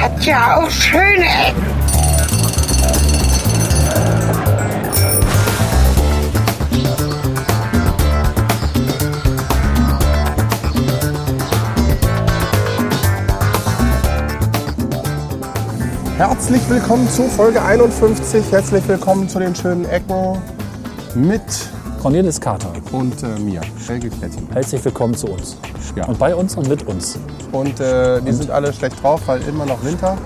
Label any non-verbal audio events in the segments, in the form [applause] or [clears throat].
hat ja auch schöne Ecken. Herzlich willkommen zu Folge 51. Herzlich willkommen zu den schönen Ecken mit Cornelis Kater, und äh, mir, Helge Kletti. herzlich willkommen zu uns. Ja. Und bei uns und mit uns. Und äh, die sind alle schlecht drauf, weil immer noch Winter.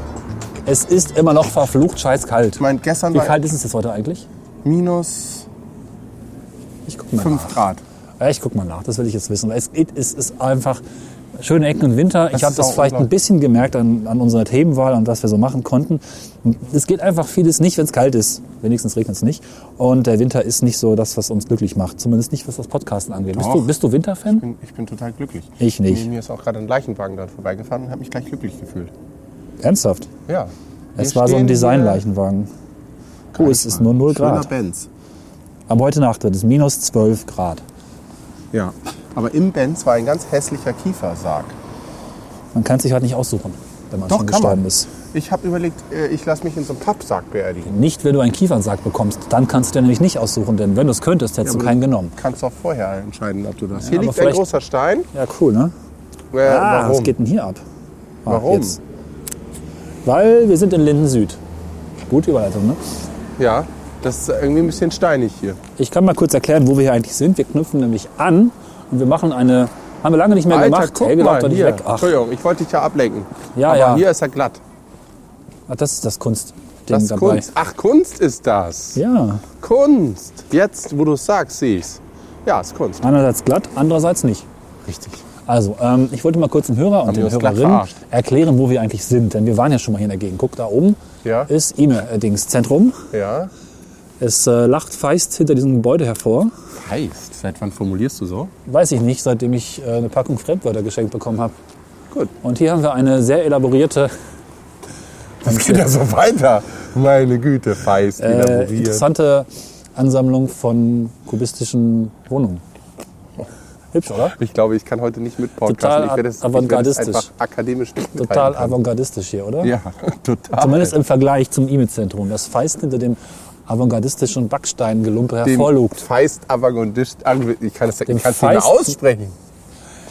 Es ist immer noch verflucht scheiß kalt. Ich meine, gestern Wie war kalt ist es jetzt heute eigentlich? minus Ich guck mal 5 nach. Grad. Ja, ich guck mal nach, das will ich jetzt wissen. Weil es, es ist einfach schöne Ecken und Winter. ich habe ist das auch vielleicht ein unglaublich. bisschen gemerkt an, an unserer Themenwahl und was wir so machen konnten. Es geht einfach vieles nicht, wenn es kalt ist. Wenigstens regnet es nicht. Und der Winter ist nicht so das, was uns glücklich macht. Zumindest nicht, was das Podcasten angeht. Bist Doch. du, bist du Winterfan? Bin- Ich bin total glücklich. Ich nicht. Mir ist auch gerade ein Leichenwagen dort vorbeigefahren und habe mich gleich glücklich gefühlt. Ernsthaft? Ja. Es Wir war so stehen ein hier- Designleichenwagen. Oh, es ist nur 0 Grad. Schöner Benz. Aber heute Nacht wird es minus 12 Grad. Ja. Aber im Benz war ein ganz hässlicher Kiefersarg. Man kann es sich halt nicht aussuchen, wenn man Doch, schon kann gestorben man. ist. Ich habe überlegt, äh, ich lasse mich in so einem Pappsarg beerdigen. Nicht, wenn du einen Kiefernsack bekommst, dann kannst du dir nämlich nicht aussuchen, denn wenn du es könntest, hättest du aber keinen du- genommen. Kannst auch vorher entscheiden, ob du das. Hier aber liegt ein vielleicht- großer Stein. Ja, cool, ne? Äh, Ah, warum? was geht denn hier ab? Ach, Warum? Weil wir sind in Linden Süd. Gute Überleitung, ne? Ja, das ist irgendwie ein bisschen steinig hier. Ich kann mal kurz erklären, wo wir hier eigentlich sind. Wir knüpfen nämlich an und wir machen eine. Haben wir lange nicht mehr gemacht. guck Helge läuft mal doch nicht hier. weg. Ach, Entschuldigung, ich wollte dich ja ablenken. Ja, Aber ja. hier ist er glatt. ach, ah, das ist das Kunstding Das ist dabei. Kunst. Ach, Kunst ist das. Ja, Kunst. Jetzt, wo du es sagst, sehe ich's. Ja, ist Kunst. einerseits glatt, andererseits nicht. Richtig. Also, ähm, ich wollte mal kurz dem Hörer und wir den uns gleich Hörerinnen verarscht? erklären, wo wir eigentlich sind. Denn wir waren ja schon mal hier in der Gegend. Guck, da oben Ja. ist E-Mail-Dings-Zentrum. Ja. Es äh, lacht feist hinter diesem Gebäude hervor. Heißt. Seit wann formulierst du so? Weiß ich nicht, seitdem ich äh, eine Packung Fremdwörter geschenkt bekommen habe. Gut. Und hier haben wir eine sehr elaborierte, Das geht ja so weiter. Meine Güte, feist, äh, elaboriert. interessante Ansammlung von kubistischen Wohnungen. Hübsch, oder? Ich glaube, ich kann heute nicht mit Total podcasten. Ich werde es, ich werde es avantgardistisch. einfach akademisch nicht mitteilen Total können. avantgardistisch hier, oder? [laughs] Ja, total. Zumindest im Vergleich zum E-Mail-Zentrum. Das feist hinter dem avantgardistischen Backsteingelumpe dem hervorlugt. Feist Avantgardist. an- Ich kann es ich Dem kann's nicht mehr Feist- aussprechen.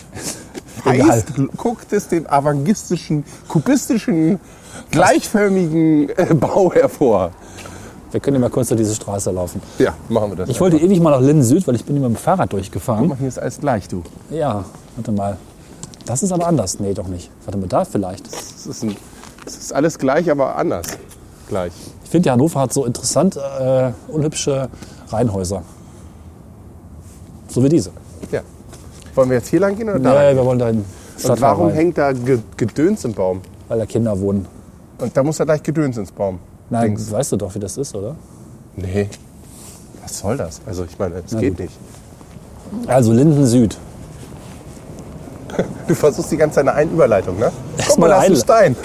[laughs] Egal. Feist guckt es dem avantgardistischen, kubistischen, gleichförmigen äh, Bau hervor. Wir können ja mal kurz durch diese Straße laufen. Ja, machen wir das. Ich wollte ewig mal nach Linden Süd, weil ich bin immer mit dem Fahrrad durchgefahren. mal, hier ist alles gleich, du. Ja, warte mal. Das ist aber anders. Nee, doch nicht. Warte mal, da vielleicht. Es ist, ein, es ist alles gleich, aber anders. Gleich. Ich finde, ja, Hannover hat so interessant äh, unhübsche Reihenhäuser. So wie diese. Ja. Wollen wir jetzt hier lang gehen oder da? lang? Nee, wir wollen da in Und warum rein, hängt da Ge- Gedöns im Baum? Weil da Kinder wohnen. Und da muss ja gleich Gedöns ins Baum. Nein, weißt du doch, wie das ist, oder? Nee. Was soll das? Also ich meine, das geht nicht. Also Linden Süd. Du versuchst die ganze Zeit eine Ein- Überleitung, ne? Guck mal mal, da ist ein Stein.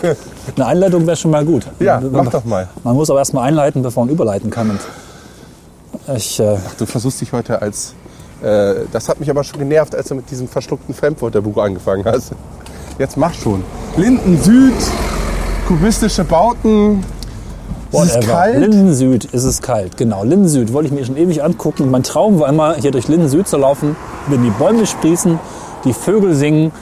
Eine Einleitung wäre schon mal gut. Ja, Man- mach doch mal. Man muss aber erst mal einleiten, bevor man überleiten kann. Und ich, äh, [laughs] Du versuchst dich heute als... Äh, das hat mich aber schon genervt, als du mit diesem verschluckten Fremdwörterbuch angefangen hast. Jetzt mach schon. Linden Süd, kubistische Bauten. Es ist Whatever. kalt. Linden Süd ist es kalt, genau. Linden Süd wollte ich mir schon ewig angucken. Und mein Traum war immer, hier durch Linden Süd zu laufen, wenn die Bäume sprießen, die Vögel singen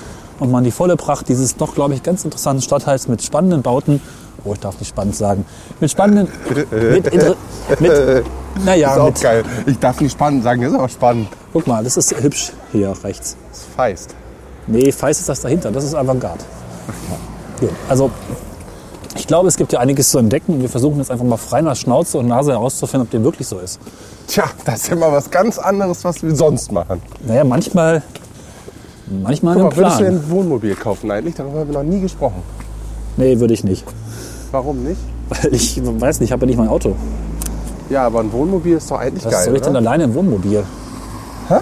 und man die volle Pracht dieses doch, glaube ich, ganz interessanten Stadtteils mit spannenden Bauten, oh, ich darf nicht spannend sagen, mit spannenden, mit, inter- [laughs] mit ist naja, auch mit, geil. Ich darf nicht spannend sagen, das ist aber spannend. guck mal, das ist hübsch hier rechts. Das ist feist. Nee, Feist ist das dahinter, das ist Avantgarde. Gut, also ich glaube, es gibt ja einiges zu entdecken und wir versuchen jetzt einfach mal frei nach Schnauze und Nase herauszufinden, ob dem wirklich so ist. Tja, das ist ja mal was ganz anderes, was wir sonst machen. Naja, manchmal, manchmal einen Guck mal, würdest du dir Plan. ein Wohnmobil kaufen eigentlich? Darüber haben wir noch nie gesprochen. Nee, würde ich nicht. Warum nicht? Weil ich weiß nicht, ich habe ja nicht mein Auto. Ja, aber ein Wohnmobil ist doch eigentlich Was geil, soll ich denn oder? alleine im Wohnmobil? Hä?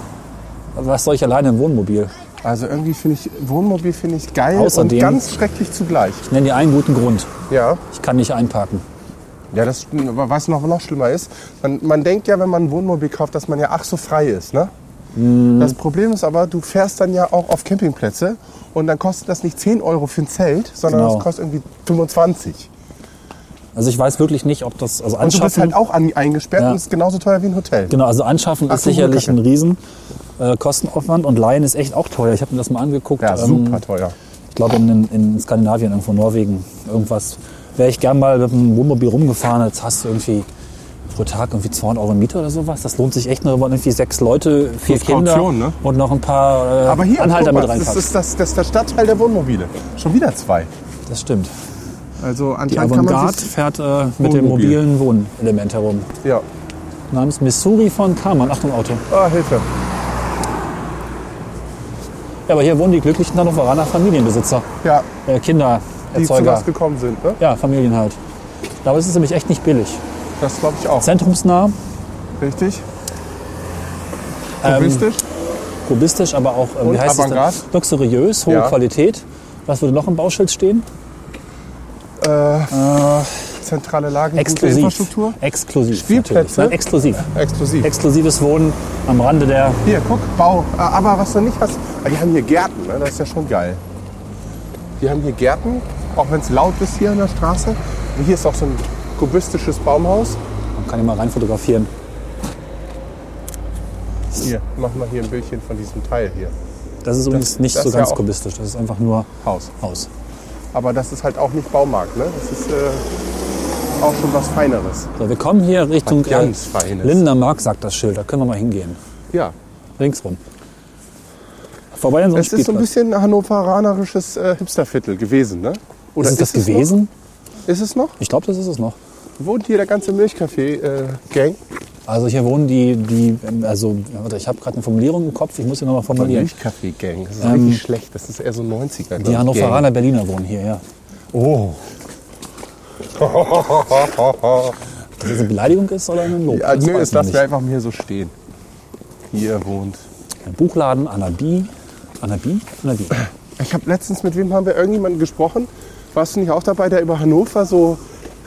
Was soll ich alleine im Wohnmobil? Also irgendwie finde ich, Wohnmobil finde ich geil Außerdem- und ganz schrecklich zugleich. Ich nenne dir einen guten Grund. Ja. Ich kann nicht einparken. Ja, das, aber was noch, noch schlimmer ist, man, man denkt ja, wenn man ein Wohnmobil kauft, dass man ja ach so frei ist, ne? Mhm. Das Problem ist aber, du fährst dann ja auch auf Campingplätze und dann kostet das nicht 10 Euro für ein Zelt, sondern Genau. das kostet irgendwie 25. Also ich weiß wirklich nicht, ob das, also Und du bist anschaffen, halt auch an, eingesperrt Ja. und ist genauso teuer wie ein Hotel. genau, also anschaffen Ach, ist so, sicherlich Kacke. ein Riesen äh, Kostenaufwand und Leihen ist echt auch teuer. Ich habe mir das mal angeguckt. Ja, ähm, super teuer. Ich glaube in, in Skandinavien, irgendwo Norwegen, irgendwas. Wäre ich gern mal mit dem Wohnmobil rumgefahren, jetzt hast du irgendwie pro Tag irgendwie 200 Euro Miete oder sowas. Das lohnt sich echt nur, wenn man irgendwie sechs Leute, vier Plus Kinder Kaution, ne? und noch ein paar äh, Aber hier, Anhalter guck mal, mit das, reinpackt. ist das, das ist der Stadtteil der Wohnmobile. Schon wieder zwei. das stimmt. Also Die anscheinend kann man Avantgarde sich... fährt äh, mit dem Wohnmobil. mobilen Wohnelement herum. Ja. Namens Missouri von Kaman. Achtung, Auto. Ah, Hilfe. Ja, aber hier wohnen die glücklichen Hannoveraner Familienbesitzer, Ja, die äh, zu Kindererzeuger. was gekommen sind. Ne? Ja, Familien halt. Aber es ist nämlich echt nicht billig. Das glaube ich auch. Zentrumsnah, Richtig? ähm, Touristisch? probistisch, aber auch ähm, Und wie heißt es denn? Avantgarde? luxuriös, hohe Ja. Qualität. Was würde noch im Bauschild stehen? Äh, Zentrale Lage, gute Exklusiv. Infrastruktur. Exklusiv. Spielplätze? natürlich. Nein, exklusiv. Exklusiv. Exklusives Wohnen am Rande der. Hier, guck, Bau. Äh, Aber was du nicht hast, ah, die haben hier Gärten, ne? das ist ja schon geil. Die haben hier Gärten, auch wenn es laut ist hier an der Straße. Und hier ist auch so ein kubistisches Baumhaus. Man kann ja mal rein fotografieren. Hier, mach mal hier ein Bildchen von diesem Teil hier. Das ist übrigens nicht das so ist ja ganz auch- kubistisch. Das ist einfach nur Haus. Haus. Aber das ist halt auch nicht Baumarkt, ne? Das ist äh, auch schon was Feineres. So, wir kommen hier Richtung Was ganz Feines. Lindener Markt, sagt das Schild. Da können wir mal hingehen. Ja. Ringsrum. Vorbei an so einem Es ist so ein Spielplatz. bisschen hannoveranerisches äh, Hipsterviertel gewesen, ne? Oder Ist es das es noch? gewesen? Ist es noch? Ich glaube, das ist es noch. Wohnt hier der ganze äh, Milchkaffee-Gang? Also hier wohnen die, die ähm, also warte, ich habe gerade eine Formulierung im Kopf, ich muss sie nochmal formulieren. Milchkaffee-Gang, das ist Ähm, richtig schlecht. Das ist eher so 90er. glaub Die ich, Hannoveraner Berliner wohnen hier, ja. Gang. Oh. Ob das eine Beleidigung ist oder ein Lob. Ja, nö, weiß das man lassen wir einfach mal hier so stehen. Hier wohnt. Ein Buchladen, Anabi. Anabi? Anabi. Ich habe letztens mit wem haben wir irgendjemanden gesprochen? Warst du nicht auch dabei, der über Hannover so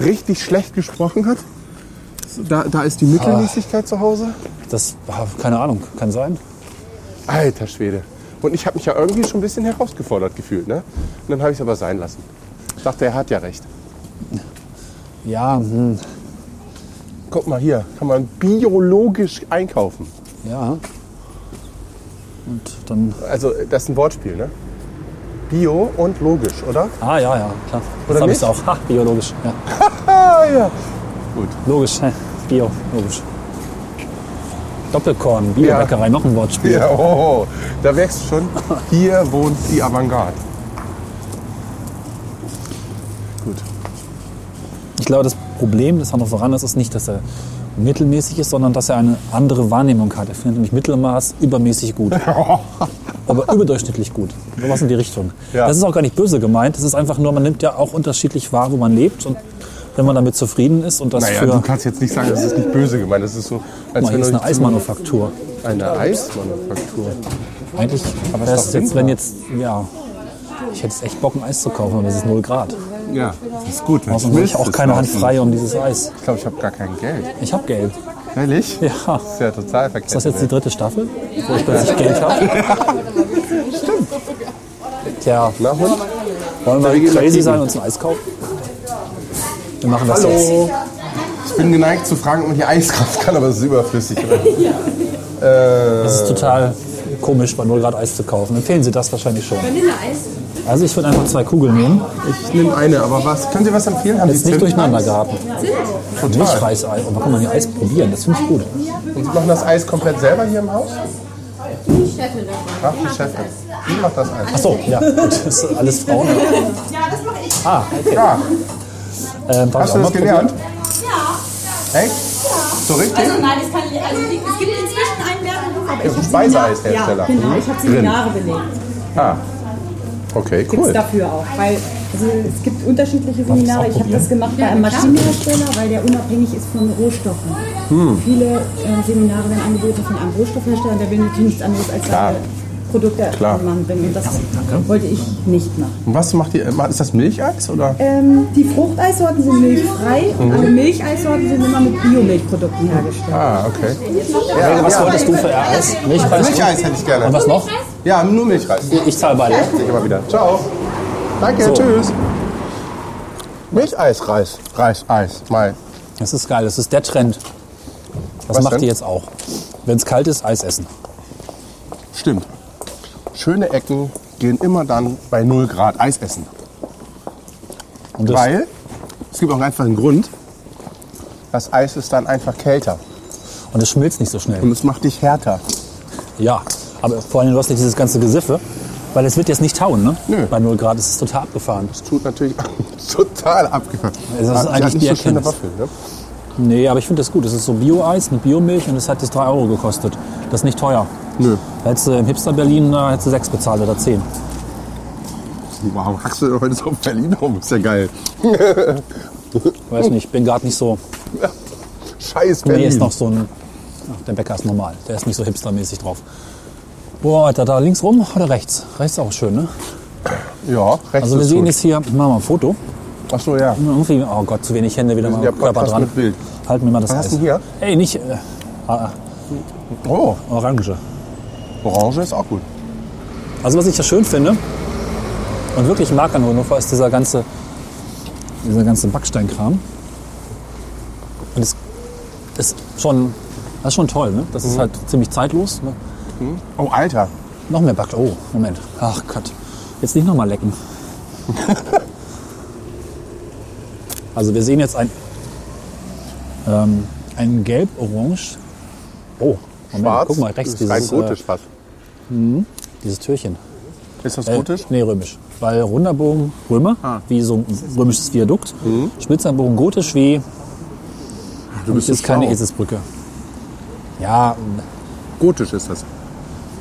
richtig schlecht gesprochen hat? Da, da ist die Mittelmäßigkeit zu Hause. Das, ah, keine Ahnung, kann sein. Alter Schwede. Und ich habe mich ja irgendwie schon ein bisschen herausgefordert gefühlt, ne? Und dann habe ich es aber sein lassen. Ich dachte, er hat ja recht. Ja, hm, Guck mal hier, kann man biologisch einkaufen. ja. Und dann, Also das ist ein Wortspiel, ne? Bio und logisch, oder? ah ja, ja, klar. Oder das habe ich nicht? auch. Ha, biologisch. Ja. Ah ja. Gut. Logisch, hä, Bio, logisch. Doppelkorn, Ja. Biobäckerei, noch ein Wortspiel. Ja, oh, oh. da merkst du schon, hier wohnt die Avantgarde. Gut. Ich glaube, das Problem des Hannoveraners ist nicht, dass er mittelmäßig ist, sondern dass er eine andere Wahrnehmung hat. Er findet nämlich Mittelmaß übermäßig gut, aber überdurchschnittlich gut. Was in die Richtung. Ja. Das ist auch gar nicht böse gemeint. Das ist einfach nur, man nimmt ja auch unterschiedlich wahr, wo man lebt und wenn man damit zufrieden ist und das Naja, für du kannst jetzt nicht sagen, das ist nicht böse gemeint. Das ist so, als Guck mal, hier ist du eine Eismanufaktur. eine Eismanufaktur. Eigentlich Aber wäre ist es doch jetzt, wenn jetzt, ja, ich hätte jetzt echt Bock, ein Eis zu kaufen, aber es ist 0 Grad. Ja, das ist gut. Wenn Also habe ich auch keine Hand frei um dieses Eis. Ich glaube, ich habe gar kein Geld. Ich habe Geld. Ehrlich? Ja. Das ist ja total Ist das verkehrt. jetzt die dritte Staffel, wo ich plötzlich Geld [laughs] habe? Stimmt. Tja, Na und? wollen wir wir gehen nach crazy Kiel. sein und uns ein Eis kaufen? Wir machen das jetzt. Hallo. Ich bin geneigt zu fragen, ob man hier Eis kaufen kann, aber das ist überflüssig. [laughs] Oder? äh, Das ist total komisch, bei 0 Grad Eis zu kaufen. Empfehlen Sie das wahrscheinlich schon. Also ich würde einfach zwei Kugeln nehmen. ich nehme eine, aber was? Können Sie was empfehlen? Haben Sie Jetzt nicht Zimt? durcheinander geraten. Und nicht Reiseis. Aber kann man hier Eis probieren? Das finde ich gut. Und Sie machen das Eis komplett selber hier im Haus? Ach, die Chefin. Die macht das Eis. Achso, [laughs] ja, gut. Das ist alles Frauen. Ah, okay. Ja, Ähm, darf ich hast du auch mal das gelernt? probieren? Echt? So richtig? Also nein, das kann ich, also die- es gibt inzwischen einen Werbung, aber ich ist ein hab Seminar- Speiseeishersteller. Ja, genau, ich habe Drin. Seminare belegt. Ah. Okay, Gibt es cool. dafür auch. Weil also es gibt unterschiedliche ich Seminare. auch Ich habe das gemacht bei einem Maschinenhersteller, weil der unabhängig ist von Rohstoffen. Hm. Viele äh, Seminare werden angeboten von einem Rohstoffhersteller, der will natürlich nichts anderes als Klar. seine Produkte Klar. an den Mann bringen. Und das danke. wollte ich nicht machen. Und was macht ihr? Ist das Milcheis oder? Ähm, die Fruchteissorten sind milchfrei Mhm. und alle Milcheissorten sind immer mit Biomilchprodukten hergestellt. Ah, okay. Was wolltest du für Eis? Milchreis? Milcheis hätte ich Und gerne. was noch? Ja, nur Milchreis. Ich Ich zahle beide. immer wieder. Ciao. Danke, tschüss. Milcheis, Reis. Reis, Eis, Mai. Das ist geil, das ist der Trend. Das Was macht denn? ihr jetzt auch. Wenn es kalt ist, Eis essen. Stimmt. Schöne Ecken gehen immer dann bei 0 Grad Eis essen. Und das, Weil es gibt auch einen einfachen Grund. Das Eis ist dann einfach kälter und das schmilzt nicht so schnell. und es macht dich härter. Ja, aber vor allem du hast nicht dieses ganze Gesiffe, weil es wird jetzt nicht tauen, ne? Nö. Bei 0 Grad ist es total abgefahren. Tut natürlich [laughs] total abgefahren. Also das ist Sie hat eigentlich nicht die so schöne Erkenntnis. Waffeln. Ne? Nee, aber ich finde das gut. Das ist so Bio-Eis mit Biomilch und das hat jetzt 3 Euro gekostet. Das ist nicht teuer. ne? Nö. Hättest du im Hipster Berlin, da hättest du 6 bezahlt oder 10. Wow, hackst du heute so auf Berlin rum? Ist ja geil. [laughs] Weiß nicht, bin gerade nicht so. Scheiß Hm. Berlin. Nee, ist noch so ein. Ach, der Bäcker ist normal. Der ist nicht so hipstermäßig drauf. Boah, Alter, da links rum oder rechts? Rechts ist auch schön, ne? ja, rechts Also wir ist sehen gut. jetzt hier, machen wir mal ein Foto. Ach so, ja. Irgendwie, oh Gott, zu wenig Hände wieder Wir mal sind ja Körper Podcast dran. mit Bild. Halten wir mal das Was Eis. hast du hier? Ey, nicht äh, ah, Oh, Orange. Orange ist auch gut. Also was ich ja schön finde und wirklich mag an Hannover ist dieser ganze, dieser ganze Backsteinkram. Und es ist schon, das ist schon toll, ne? Das Mhm. ist halt ziemlich zeitlos. Ne? Oh, Alter. Noch mehr Back. Oh, Moment. Ach Gott. Jetzt nicht [laughs] nochmal lecken. also wir sehen jetzt ein, ähm, ein gelb-orange. Oh, Moment. Schwarz. Guck mal, rechts ist rein dieses, äh, gotisch fast. dieses Türchen. Ist das Äh, gotisch? Nee, römisch. Weil runder Bogen Römer, Ah. wie so ein römisches Viadukt. Spitzer Bogen gotisch wie. Mhm. du Das so ist keine schlau. Eselsbrücke. Ja, Gotisch ist das.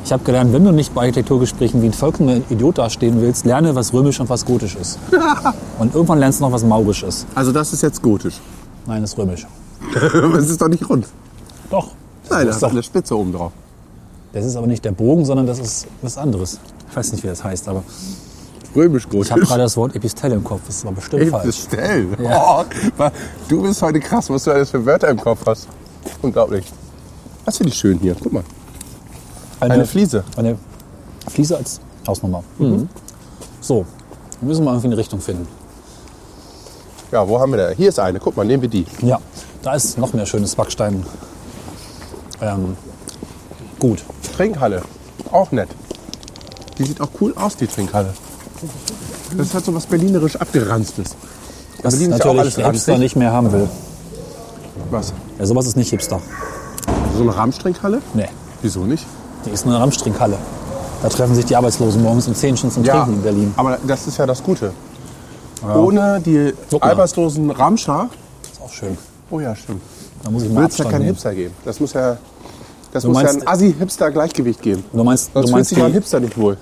ich habe gelernt, wenn du nicht bei Architekturgesprächen wie ein vollkommener Idiot dastehen willst, lerne, was römisch und was gotisch [laughs] ist. und irgendwann lernst du noch, was maurisch ist. Also das ist jetzt gotisch. [laughs] Nein, das ist römisch. Aber es ist doch nicht rund. Doch. Nein, da das, ist ist doch, eine Spitze oben drauf. das ist aber nicht der Bogen, sondern das ist was anderes. Ich weiß nicht, wie das heißt, aber ich habe [laughs] Römisch-gotisch. gerade das Wort Epistel im Kopf. Das war [laughs] bestimmt falsch. Bestell. Ja. Oh, wa- du bist heute krass, was du alles für Wörter im Kopf hast. Unglaublich. Das finde ich schön hier. Guck mal. Eine Fliese. Eine Fliese als Hausnummer. Mhm. So, wir müssen mal irgendwie eine Richtung finden. Ja, wo haben wir da? Hier ist eine. Guck mal, nehmen wir die. Ja, da ist noch mehr schönes Backstein. Ähm, gut. Trinkhalle. Auch nett. Die sieht auch cool aus, die Trinkhalle. Das hat so was berlinerisch abgeranztes. Was Berlin ist ja auch natürlich alles Hipster ranzig. nicht mehr haben will. Was? Ja, sowas ist nicht Hipster. So eine Rahmstrinkhalle? Nee, Wieso nicht? die ist eine Ramstrinkhalle. Da treffen sich die Arbeitslosen morgens um 10 schon zum Trinken in Berlin. aber das ist ja das Gute. Ohne die Guck mal. Albersdosen Ramscher, Ist auch schön. oh ja, stimmt, Da muss ich mal wird es ja Abstand keinen nehmen. Hipster geben. Das muss ja, das Du muss ja meinst- ein Assi-Hipster-Gleichgewicht geben. Du meinst, du Sonst fühlt meinst sich ja ein die, Hipster nicht wohl.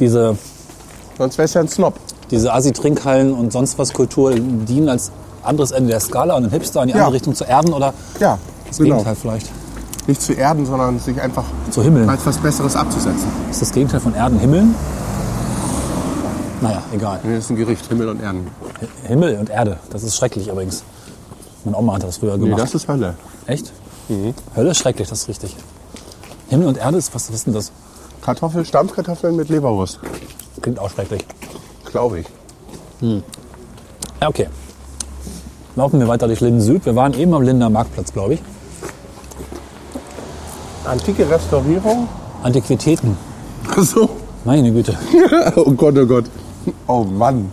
diese, Sonst wäre es ja ein Snob. diese Assi-Trinkhallen und sonst was Kultur dienen als anderes Ende der Skala und den Hipster in die Ja. andere Richtung zu erden oder Ja, das genau. Gegenteil vielleicht. Nicht zu erden, sondern sich einfach Zu Himmeln. als was Besseres abzusetzen. Ist das Gegenteil von Erden Himmeln? Naja, egal. Nee, das ist ein Gericht, Himmel und Erden. Himmel und Erde, das ist schrecklich übrigens. Meine Oma hat das früher Nee, gemacht. das Mhm. ist Hölle. Echt? Hölle ist schrecklich, das ist richtig. Himmel und Erde ist, was, was ist denn das? Kartoffel, Stampfkartoffeln mit Leberwurst. Klingt auch schrecklich. Glaube ich. Ja, okay. Laufen wir weiter durch Linden Süd. Wir waren eben am Linder Marktplatz, glaube ich. Antike Restaurierung? Antiquitäten. Ach so. Meine Güte. [laughs] oh Gott, oh Gott. Oh Mann.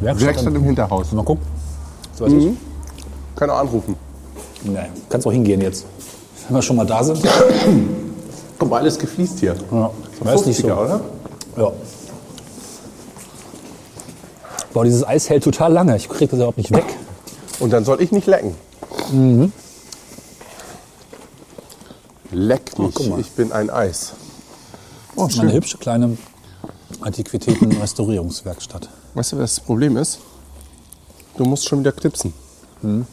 Werkstatt Werkstatt. im Mhm. Hinterhaus. Mal gucken. So weiß Können auch anrufen. ich. Naja, kannst auch hingehen jetzt. Wenn wir schon mal da sind. Ja. Guck mal, alles gefliest hier. Weiß nicht so. 50er, oder? Ja. Boah, dieses Eis hält total lange. Ich krieg das überhaupt nicht weg. Und dann soll ich nicht lecken. Mhm. Leck mich, guck mal. ich bin ein Eis. Oh, Das ist eine hübsche kleine Antiquitäten-Restaurierungswerkstatt. Weißt du, was das Problem ist? Du musst schon wieder knipsen. Aber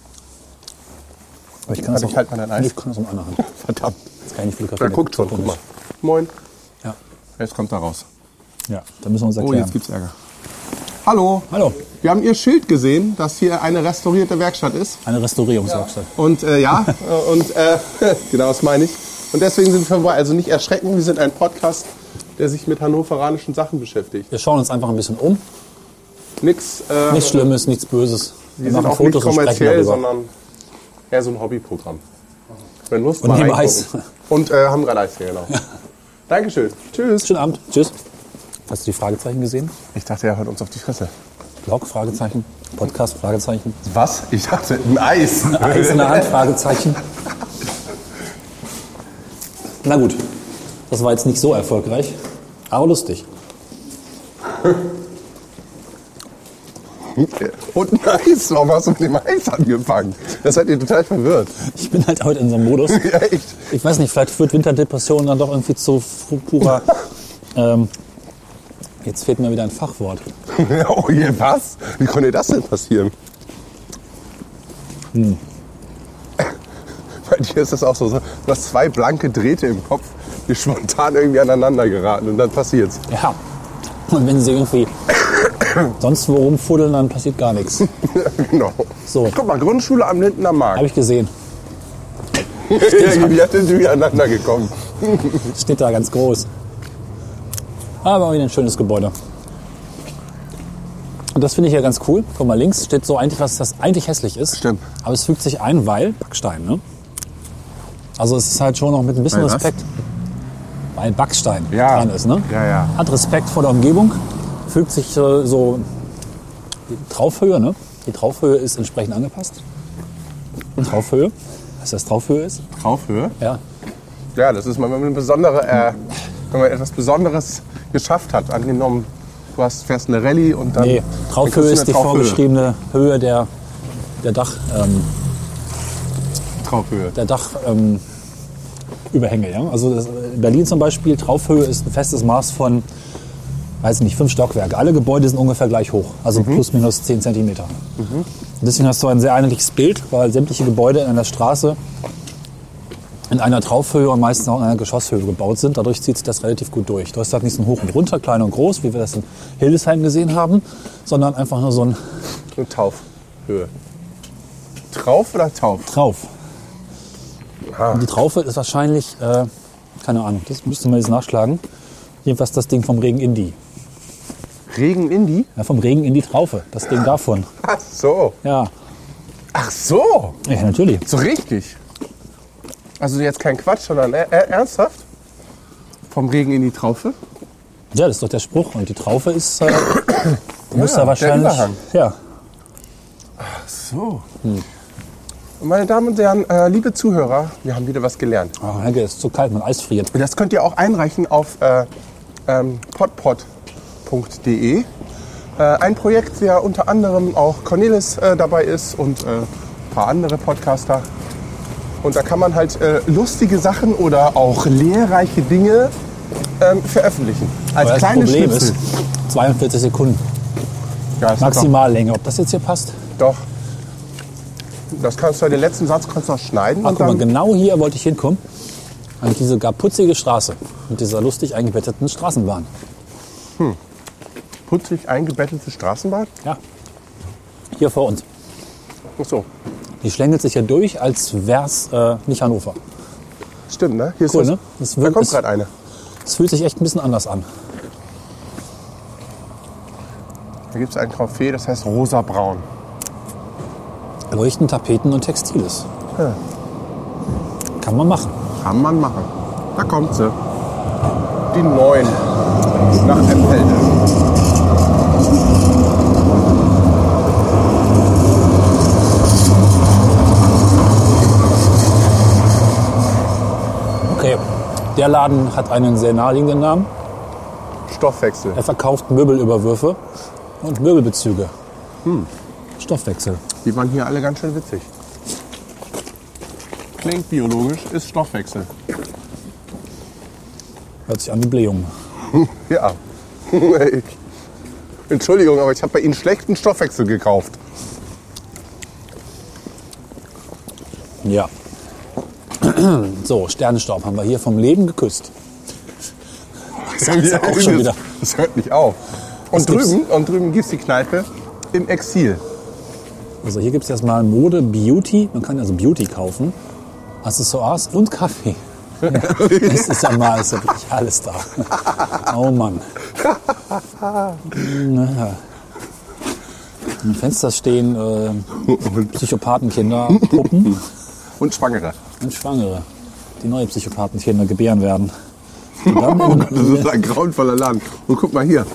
ich kann Warte, ich halt mal dein Eis. Ich kann das um einer Hand. [laughs] Verdammt. Das kann ich nicht fotografieren. Da guckt schon, guck mal. Moin. Ja. Jetzt kommt er raus. Ja, da müssen wir uns Oh, erklären. jetzt gibt's Ärger. Hallo. Hallo, Wir haben Ihr Schild gesehen, dass hier eine restaurierte Werkstatt ist. eine Restaurierungswerkstatt. Und äh, ja, [laughs] äh, und äh, genau das meine ich. Und deswegen sind wir vorbei. Also nicht erschrecken, wir sind ein Podcast, der sich mit hannoveranischen Sachen beschäftigt. Wir schauen uns einfach ein bisschen um. Nix, äh, Nichts Schlimmes, nichts Böses. wir sind auch nicht kommerziell, sondern eher so ein Hobbyprogramm. Wenn Lust, Und mal nehmen reingucken. Eis. Und äh, haben gerade Eis hier, genau. Dankeschön. Tschüss. Schönen Abend. Tschüss. Hast du die Fragezeichen gesehen? Ich dachte, er hört uns auf die Fresse. Blog, Fragezeichen. Podcast, Fragezeichen. Was? Ich dachte, ein [laughs] Eis. Eis in der Hand, Fragezeichen. Na gut, das war jetzt nicht so erfolgreich, aber lustig. Und ein Eis. Warum hast du mit dem Eis angefangen? Das hat ihr total verwirrt. [laughs] Ich bin halt heute in so einem Modus. Ja, echt. Ich weiß nicht, vielleicht führt Winterdepression dann doch irgendwie zu fu- purer. Ähm, jetzt fehlt mir wieder ein Fachwort. [laughs] oh je, was? Wie konnte das denn passieren? Hm. [laughs] Bei dir ist das auch so, so, du hast zwei blanke Drähte im Kopf, die spontan irgendwie aneinander geraten und dann passiert's. [laughs] Ja. Und wenn sie irgendwie sonst wo rumfuddeln, dann passiert gar nichts. genau. So. Guck mal, Grundschule am Lindener Markt. Habe ich gesehen. [laughs] die sind wieder aneinander gekommen. Steht da ganz groß. Aber auch wieder ein schönes Gebäude. Und das finde ich ja ganz cool. Guck mal, links steht so eigentlich, was das eigentlich hässlich ist. Stimmt. Aber es fügt sich ein, weil Backstein, ne? Also es ist halt schon noch mit ein bisschen Weil was? Respekt, weil Backstein Ja. dran ist, ne? Ja, ja. Hat Respekt vor der Umgebung, fügt sich äh, so die Traufhöhe, ne? Die Traufhöhe ist entsprechend angepasst. Traufhöhe, was das Traufhöhe ist? Traufhöhe? Ja, Ja, das ist mal, wenn man, eine besondere, äh, wenn man etwas Besonderes geschafft hat. Angenommen, du hast, fährst eine Rallye und dann. Nee, dann Traufhöhe kriegst du ist die eine vorgeschriebene Höhe der, der Dach, ähm, Traufhöhe. der Dach ähm, Überhänge. Ja? Also das, in Berlin zum Beispiel, Traufhöhe ist ein festes Maß von, weiß nicht, fünf Stockwerke. Alle Gebäude sind ungefähr gleich hoch, also plus minus zehn Zentimeter. Und Deswegen hast du ein sehr einheitliches Bild, weil sämtliche Gebäude in einer Straße in einer Traufhöhe und meistens auch in einer Geschosshöhe gebaut sind. Dadurch zieht sich das relativ gut durch. Du hast halt nicht so ein Hoch und Runter, klein und groß, wie wir das in Hildesheim gesehen haben, sondern einfach nur so ein Und Taufhöhe. Trauf oder Tauf? Trauf. Ah. Und Die Traufe ist wahrscheinlich, äh, keine Ahnung, das müsste man jetzt nachschlagen. Jedenfalls das Ding vom Regen in die. Regen Indi? Ja, vom Regen in die Traufe, das Ding davon. Ach so. Ja, Ach so. ja natürlich. So richtig. Also jetzt kein Quatsch, sondern er- er- ernsthaft? Vom Regen in die Traufe? Ja, das ist doch der Spruch. Und die Traufe ist, äh, muss der da wahrscheinlich. Überhang. Ja, So. Und Meine Damen und Herren, äh, liebe Zuhörer, wir haben wieder was gelernt. oh, Helge, ist zu kalt, mein Eis friert. Und Das könnt ihr auch einreichen auf äh, ähm, podpod.de. Äh, ein Projekt, der unter anderem auch Cornelis äh, dabei ist und äh, ein paar andere Podcaster. Und da kann man halt äh, lustige Sachen oder auch lehrreiche Dinge ähm, veröffentlichen. Als Aber das kleine Problem Schnipsel. ist 42 Sekunden Ja, ist Maximallänge. Ob das jetzt hier passt? Ah, Doch. doch. Das kannst du, den letzten Satz kannst du noch schneiden Ach, und guck mal, dann genau hier wollte ich hinkommen. An diese gar putzige Straße mit dieser lustig eingebetteten Straßenbahn. putzig eingebettelte Straßenbahn. Ja, hier vor uns. Ach so, Die schlängelt sich ja durch, als wär's äh, nicht Hannover. stimmt, ne? Hier Cool, ist ne? Das Da wirkt- kommt ist- gerade eine. Es fühlt sich echt ein bisschen anders an. Da gibt es ein Kaffee, das heißt rosa-braun. Leuchten, Tapeten und Textiles. Ja. Kann man machen. Kann man machen. Da kommt sie. Die neuen. Nach Empelde. Okay, der Laden hat einen sehr naheliegenden Namen. Stoffwechsel. Er verkauft Möbelüberwürfe und Möbelbezüge. Hm. Stoffwechsel. Die waren hier alle ganz schön witzig. Klingt biologisch, ist Stoffwechsel. Hört sich an wie Blähung. Ja. [laughs] Ich- Entschuldigung, aber ich habe bei Ihnen schlechten Stoffwechsel gekauft. Ja. [clears throat] So, Sternenstaub haben wir hier vom Leben geküsst. Sagt sie auch schon wieder. Das hört nicht auf. Und gibt's? drüben, und drüben gibt's die Kneipe im Exil. Also hier gibt es erstmal Mode, Beauty. Man kann also Beauty kaufen. Accessoires [laughs] und Kaffee. Das ist ja mal ist ja wirklich alles da. Oh Mann. Naja. Im Fenster stehen äh, Und, Psychopathenkinder, Puppen und Schwangere. und Schwangere, die neue Psychopathenkinder gebären werden. [laughs] Und dann Oh Gott, das ist ein grauenvoller Laden. Und guck mal hier.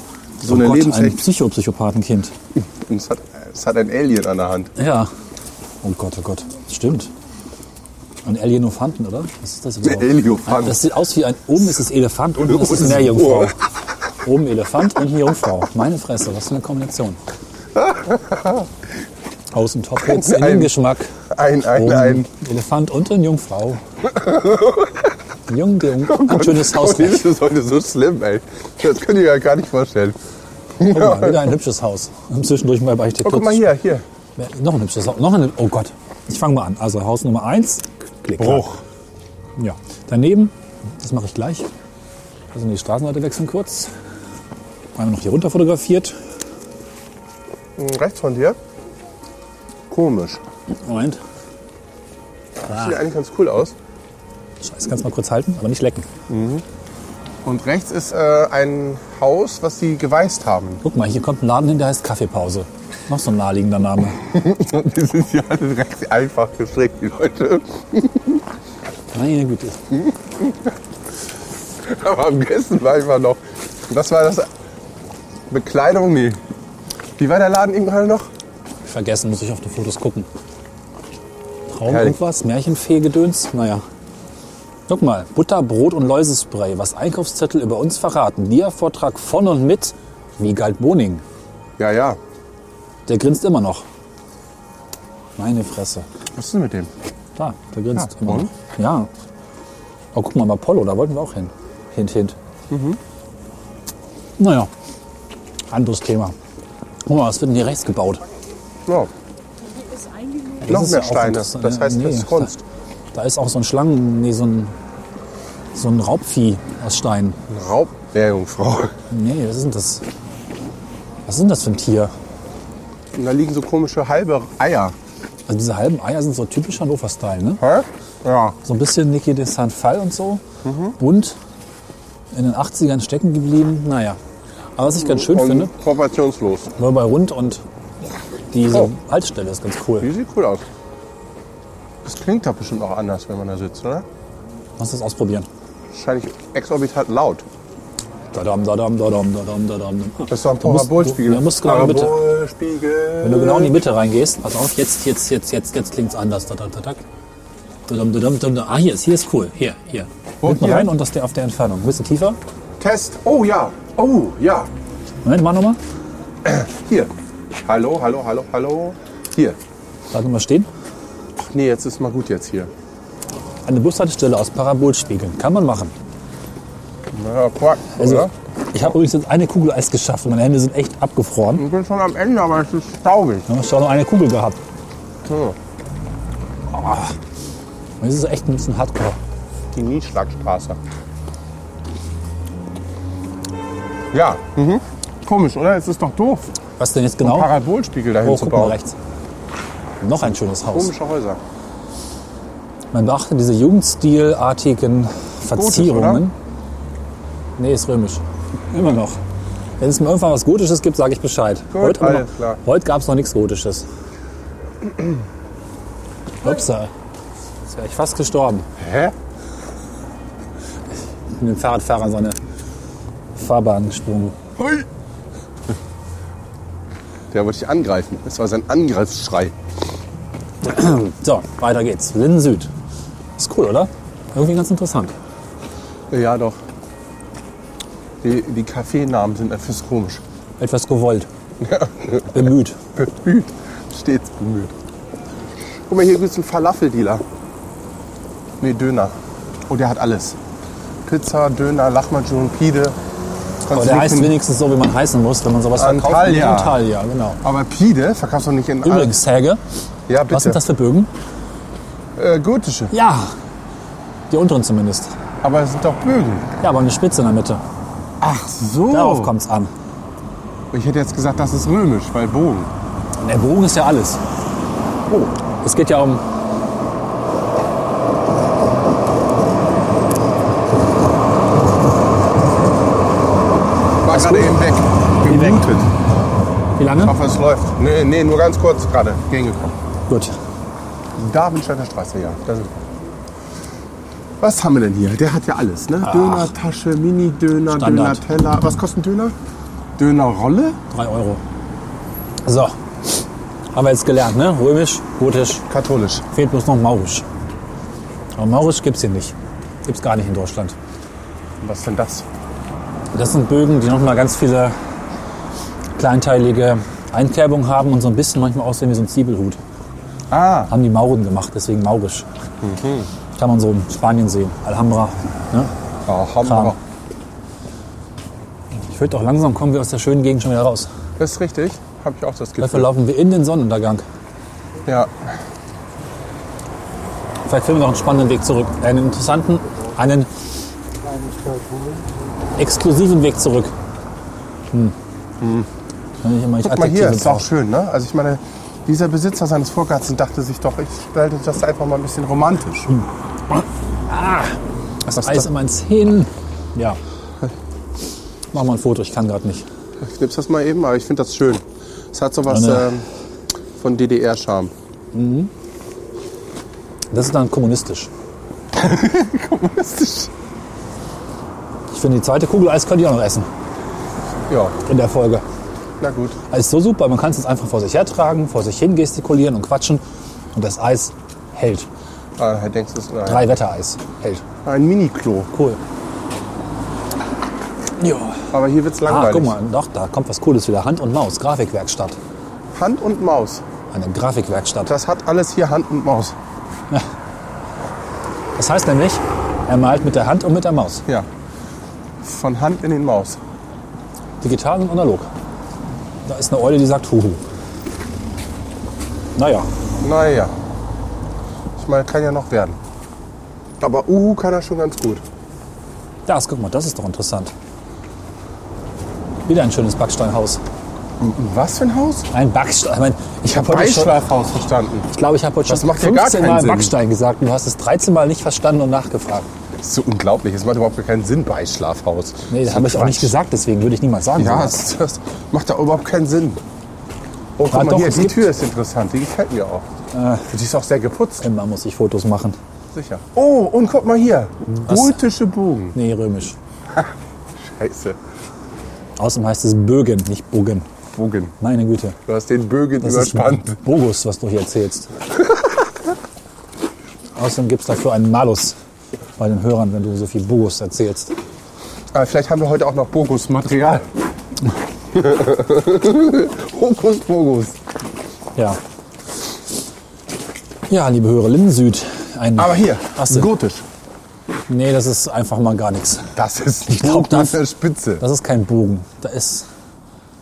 So Oh eine Gott, ein Lebensecht. Psycho-Psychopathenkind. Und Es hat, es hat ein Alien an der Hand. Ja. Oh Gott, oh Gott. Stimmt. Ein Alienophanten, oder? Was ist das überhaupt? Ein Eliophant. Das sieht aus wie ein... Oben ist es Elefant, unten ist es unten ist eine es Jungfrau. Ohr. Oben Elefant, unten Jungfrau. Meine Fresse, was für eine Kombination. Außen Top jetzt Ein- innen Geschmack. Ein, ein, Oben ein. Elefant, unten [laughs] Jungfrau. Jung, Jung. Ein schönes Oh, Haus. nee, das ist heute so schlimm, ey. Das könnt ihr ja gar nicht vorstellen. Guck mal, wieder ein hübsches Haus. Und zwischendurch mal bei Architektur. Oh, guck mal hier, hier. Ja, Noch ein hübsches Haus. Noch ein, oh Gott. Ich fange mal an. Also Haus Nummer 1. Bruch. Ja. Daneben, das mache ich gleich. Also die Straßenseite wechseln kurz. Einmal noch hier runter fotografiert. Hm, Rechts von dir. Komisch. Moment. Sieht eigentlich ganz cool aus. Scheiße, kannst du mal kurz halten, aber nicht lecken. Und rechts ist äh, ein Haus, was sie geweißt haben. [laughs] Guck mal, hier kommt ein Laden hin, der heißt Kaffeepause. Noch so ein naheliegender Name. die sind ja alle recht einfach gestrickt, die Leute. Meine Güte. Aber am Essen war ich mal noch. Das war das. Bekleidung, nee. Wie war der Laden eben gerade noch? Vergessen, muss ich auf die Fotos gucken. Traum Herrlich. irgendwas? Märchenfee-Gedöns? Naja. Guck mal, Butter, Brot und Läusespray. Was Einkaufszettel über uns verraten. Dia-Vortrag von und mit Wiegald Boning. Ja, ja. Der grinst immer noch. Meine Fresse. Was ist denn mit dem? Da, der grinst Ja, immer noch. und? Ja. Oh, guck mal, bei Polo, da wollten wir auch hin. Hint, hint. Mhm. Naja, anderes Thema. Guck mal, was wird denn hier rechts gebaut? Ja. Noch ist mehr auch Steine. interessant. Das heißt, Nee, das ist Kunst. Da, da ist auch so ein Schlangen, nee, so ein, so ein Raubvieh aus Stein. Ein Raub. Ja, Jungfrau. Nee, was ist denn das? Was ist denn das für ein Tier? Und da liegen so komische halbe Eier. Also diese halben Eier sind so typisch Hannover-Style, ne? Hä? Ja. So ein bisschen Niki de Saint Fall und so. Bunt. In den 80ern stecken geblieben. Naja. Aber was ich ganz schön finde, Und proportionslos. war bei Rund und diese Oh. Haltestelle ist ganz cool. Die sieht cool aus. Das klingt doch bestimmt auch anders, wenn man da sitzt, oder? Lass das ausprobieren. Wahrscheinlich exorbitant laut. Dadam, dadam, dadam, dadam, dadam. Das ist doch ein Du musst- Parabolspiegel. du- du musst genau in die Mitte. Parabolspiegel. Wenn du genau in die Mitte reingehst, pass auf, jetzt, jetzt, jetzt, jetzt, jetzt klingt's anders. Da, da, da, da. Dudum, dudum, dudum, dudum. Ah, hier ist, hier ist cool. Hier, hier. Wo? Hinten Oh, Hier? rein und das der auf der Entfernung. Ein bisschen tiefer. Test. Oh ja. Oh ja. Moment, mach nochmal. Hier. Hallo, hallo, hallo, hallo. Hier. Bleib nochmal stehen. Nee, jetzt ist mal gut jetzt hier. Eine Bushaltestelle aus Parabolspiegeln. Kann man machen. Na ja, Quark, Also, oder? ich habe übrigens jetzt eine Kugel Eis geschafft. Meine Hände sind echt abgefroren. Ich bin schon am Ende, aber es ist staubig. Ja, ich habe noch eine Kugel gehabt. Ah. So, Das ist echt ein bisschen hardcore. die Nieschlagstraße. Ja, mhm. komisch, oder? Es ist doch doof, Was denn jetzt genau? Parabolspiegel dahin Oh, Um zu guck mal bauen. rechts. Noch ein schönes Haus. Komische Häuser. Man beachte diese jugendstilartigen Verzierungen. nee, ist römisch. Immer noch. Wenn es mir irgendwann was Gotisches gibt, sage ich Bescheid. Gut, heute haben wir alles klar. heute gab es noch nichts [clears throat] Gotisches. Upsa. Jetzt wäre ich fast gestorben. Hä? Ich bin dem Fahrradfahrer in seine Fahrbahn gesprungen. Hui. Der wollte dich angreifen. Das war sein Angriffsschrei. So, weiter geht's. Linden Süd. Ist cool, oder? Irgendwie ganz interessant. Ja, doch. Die, die Kaffeenamen sind etwas komisch. [laughs] Etwas gewollt. Bemüht. Bemüht. Stets bemüht. Guck mal, hier gibt es einen Falafel-Dealer. Nee, Döner. Oh, der hat alles. Pizza, Döner, Lachmajun, Pide. Aber Kannst du Oh, der nicht heißt in- wenigstens so, wie man heißen muss, wenn man sowas verkauft. Antalya. Antalya, genau. Aber Pide verkaufst du nicht in allen- Übrigens, Helge, Ja, bitte. was sind das für Bögen? Äh, gotische. Ja, die unteren zumindest. Aber es sind doch Bögen. Ja, aber eine Spitze in der Mitte. Ach so. Darauf kommt es an. Ich hätte jetzt gesagt, das ist römisch, weil Bogen. Der Bogen ist ja alles. Oh, Es geht ja um. war gerade eben weg. Gemutet. Wie lange? Hoffe, es läuft. Nee, nee, nur ganz kurz gerade. Gegengekommen. Gut. Darmstädter Straße, ja. Da sind wir. Was haben wir denn hier? Der hat ja alles, ne? Döner, Tasche, Mini-Döner, Döner, Standard. Teller. Was kostet ein Döner? Dönerrolle? Drei Euro. So. Haben wir jetzt gelernt, ne? Römisch, gotisch, Katholisch. fehlt bloß noch Maurisch. Aber Maurisch gibt's hier nicht. Gibt's gar nicht in Deutschland. Was ist denn das? Das sind Bögen, die nochmal ganz viele kleinteilige Einkerbungen haben und so ein bisschen manchmal aussehen wie so ein Zwiebelhut. Ah, Haben die Mauren gemacht, deswegen maurisch. Mhm. Kann man so in Spanien sehen. Alhambra. Ne? ja, haben Kram. wir. Ich würde auch langsam kommen wir aus der schönen Gegend schon wieder raus. Das ist richtig. Habe ich auch das Dafür Gefühl. laufen wir in den Sonnenuntergang. Ja. Vielleicht finden wir noch einen spannenden Weg zurück. Einen interessanten, einen exklusiven Weg zurück. Hm. Hm. Ich immer nicht Guck mal hier, attraktive ist auch drauf. schön, ne? Also ich meine, dieser Besitzer seines Vorgartens dachte sich doch, ich stelle das einfach mal ein bisschen romantisch. Hm. Das Eis immer ins Hin. [laughs] Ja. Mach mal ein Foto, ich kann gerade nicht. Ich nimm's das mal eben, aber ich finde das schön. Es hat so was Ja, ne. ähm, von DDR-Charme. Das ist dann kommunistisch. [laughs] Kommunistisch. Ich finde, die zweite Kugel Eis könnte ich auch noch essen Ja, in der Folge. na gut. Eis ist so super, man kann es jetzt einfach vor sich hertragen, vor sich hin gestikulieren und quatschen. Und das Eis hält. Ah, Herr Denks ist nein. Drei Wettereis hält. ein Mini-Klo. Cool. Ja. Aber hier wird's Ah, langweilig. guck mal, doch, da kommt was Cooles wieder. Hand und Maus, Grafikwerkstatt. Hand und Maus. Eine Grafikwerkstatt. Das hat alles hier Hand und Maus. Das heißt nämlich, er malt mit der Hand und mit der Maus. Ja. Von Hand in den Maus. Digital und analog. Da ist eine Eule, die sagt Huhu. Naja, Naja. Ich meine, kann ja noch werden. Aber Uhu kann er schon ganz gut. das, guck mal, das ist doch interessant. Wieder ein schönes Backsteinhaus. Was für ein Haus? Ein Backstein. Ich, mein, ich habe heute schon, Beischlafhaus verstanden. ich glaube, ich habe heute Das schon macht ja gar 15 keinen Mal Sinn. Backstein gesagt. und Du hast es 13 Mal nicht verstanden und nachgefragt. Das ist so unglaublich. Es macht überhaupt gar keinen Sinn, Beischlafhaus. Das Nee, das ist habe ich auch Quatsch. nicht gesagt, deswegen würde ich niemals sagen. Ja, sowas. das, das macht da überhaupt keinen Sinn. Oh, guck Ah, mal doch, hier, es die gibt- Tür ist interessant. Die gefällt mir auch. Die ist auch sehr geputzt. Äh, Immer muss ich Fotos machen. Sicher. Oh, und guck mal hier. Gotische Bogen. Nee, römisch. Scheiße. Außerdem heißt es Bögen, nicht Bogen. Bogen. Meine Güte. Du hast den Bögen Das überspannt. ist Bogus, was du hier erzählst. [laughs] Außerdem gibt es dafür einen Malus bei den Hörern, wenn du so viel Bogus erzählst. Ah, vielleicht haben wir heute auch noch [laughs] Bogus-Material. Hokus Bogus. Ja. Ja, liebe Hörer, Linden Süd. Ein Aber hier, Asse. gotisch. Nee, das ist einfach mal gar nichts. Das ist Ich glaub, Bogen das- mit der Spitze. Das ist kein Bogen. Da ist,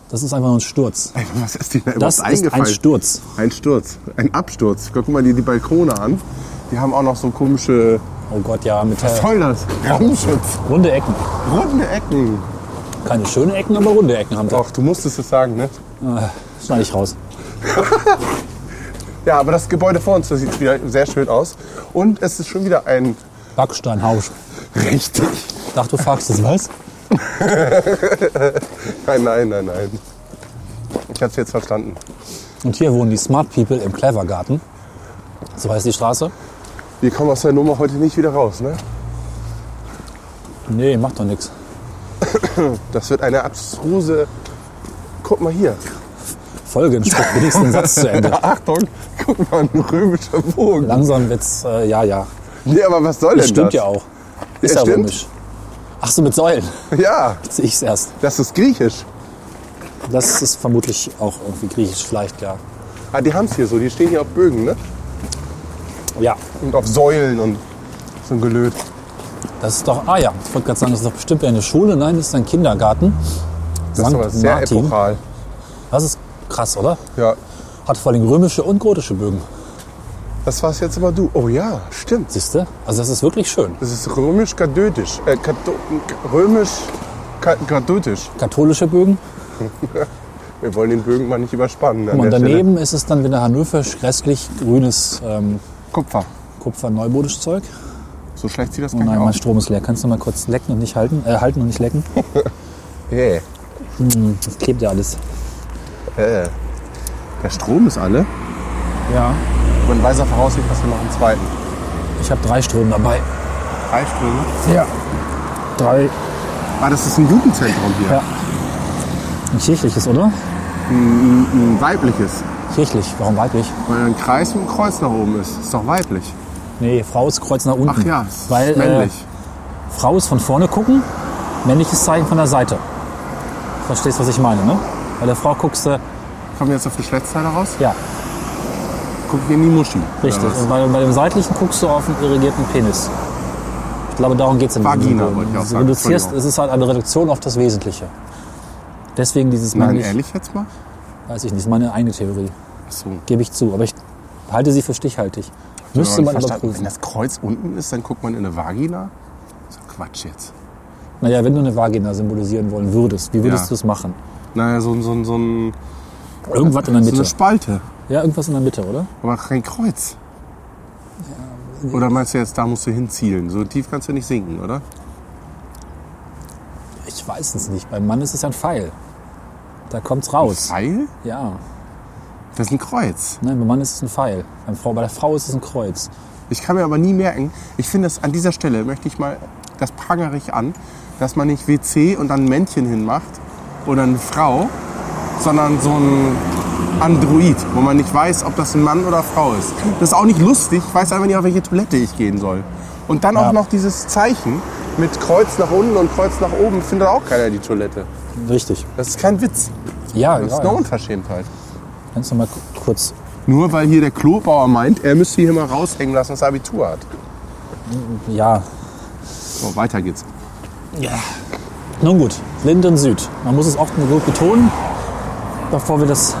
das ist einfach nur ein Sturz. Ey, Was ist dir da Das überhaupt ist eingefallen? ein Sturz. Ein Sturz, ein Absturz. Guck mal dir die Balkone an. Die haben auch noch so komische. Oh Gott, ja, mit Was äh, soll das? Raumschutz. runde Ecken. Runde Ecken. Keine schönen Ecken, aber runde Ecken haben wir. Doch, du musstest es sagen, ne? Äh, schneide ich raus. Ja, aber das Gebäude vor uns, das sieht wieder sehr schön aus. Und es ist schon wieder ein Backsteinhaus. richtig. Dachte, du fragst es, was? Nein, nein, nein, nein. Ich hab's jetzt verstanden. Und hier wohnen die Smart People im Clevergarten. So heißt die Straße? Wir kommen aus der Nummer heute nicht wieder raus, ne? Nee, macht doch nichts. Das wird eine abstruse. Guck mal hier. Folgen, sprich wenigstens den Satz zu [laughs] Ende. Achtung, guck mal, ein römischer Bogen. Langsam wird's, äh, ja, ja. Nee, aber was soll Das denn stimmt das? ja auch. Ist Ja, ja stimmt. römisch. Ach so, mit Säulen. Ja, Jetzt sehe ich's erst. das ist griechisch. Das ist vermutlich auch irgendwie griechisch, vielleicht, ja. Ah, die haben's hier so, die stehen hier auf Bögen, ne? Ja, Und auf Säulen und so ein Gelöt. das ist doch, ah ja, ich wollte gerade sagen, das ist doch bestimmt eine Schule. Nein, das ist ein Kindergarten. Das ist aber sehr epochal. Das ist krass, oder? Ja. Hat vor allem römische und gotische Bögen. Das war's jetzt aber du. Oh ja, stimmt. Siehst du? Also das ist wirklich schön. Das ist römisch-kathötisch. Äh, kath- römisch. ka- katholisch. Katholische Bögen. Wir wollen den Bögen mal nicht überspannen. An Guck mal, der Stelle. daneben ist es dann wieder Hannoverisch, restlich grünes ähm, Kupfer. Kupfer-Neubodisches Zeug. So schlecht sieht das Oh gar nicht nein, mein aus. Strom ist leer. Kannst du mal kurz lecken und nicht halten? Äh, halten und nicht lecken? Yeah. Hm. Das klebt ja alles. Äh. Der Strom ist alle. Ja. Man weiß ja voraussichtlich, dass wir noch einen zweiten. Ich habe drei Ströme dabei. Drei Ströme. Ja. Drei. Ah, das ist ein Jugendzentrum hier. Ja. Ein kirchliches, oder? Ein, ein weibliches. Kirchlich. Warum weiblich? Weil ein Kreis mit einem Kreuz nach oben ist. Ist doch weiblich. Nee, Frau ist Kreuz nach unten. Ach ja, es ist Weil, männlich. Äh, Frau ist von vorne gucken, männliches Zeichen von der Seite. Verstehst, was ich meine, ne? Bei der Frau guckst du, Kommen wir jetzt auf die Geschlechtsteile raus? ja, Gucken wir in die Muschi. richtig. Oder was? Und bei, bei dem seitlichen guckst du auf einen irrigierten Penis. Ich glaube, darum geht es in diesem Vagina, Symbol. wollte ich auch Du sagen. reduzierst, Entschuldigung. Es ist halt eine Reduktion auf das Wesentliche. Deswegen dieses Nein, männlich. ehrlich jetzt mal? Weiß ich nicht, ist meine eigene Theorie. Ach so. Gebe ich zu. Aber ich halte sie für stichhaltig. Ich Müsste hab noch man nicht verstanden. Wenn überprüfen. das Kreuz unten ist, dann guckt man in eine Vagina? So Quatsch jetzt. Naja, wenn du eine Vagina symbolisieren wollen würdest, wie würdest Ja. du es machen? Naja, so, ein- so, ein- so, ein- Irgendwas in der so eine Mitte. Spalte. Ja, irgendwas in der Mitte, oder? Aber kein Kreuz. Oder meinst du jetzt, da musst du hinzielen? So tief kannst du nicht sinken, oder? Ich weiß es nicht. Beim Mann ist es ein Pfeil. Da kommt's raus. Pfeil? Ja, Das ist ein Kreuz. nein, beim Mann ist es ein Pfeil. Beim Frau, bei der Frau ist es ein Kreuz. Ich kann mir aber nie merken, ich finde es an dieser Stelle, möchte ich mal, das prangere ich an, dass man nicht WC und dann ein Männchen hinmacht oder eine Frau, sondern so ein Android, wo man nicht weiß, ob das ein Mann oder Frau ist. Das ist auch nicht lustig, ich weiß einfach nicht, auf welche Toilette ich gehen soll. Und dann auch noch dieses Zeichen mit Kreuz nach unten und Kreuz nach oben findet auch keiner die Toilette. Richtig. Das ist kein Witz, Ja, das ist ja, eine ja. Unverschämtheit. Kannst du mal ku- kurz. Nur weil hier der Klobauer meint, er müsste hier mal raushängen lassen, dass er Abitur hat. Ja. So, weiter geht's. Ja. Nun gut, Linden Süd. Man muss es auch nur gut betonen, bevor wir das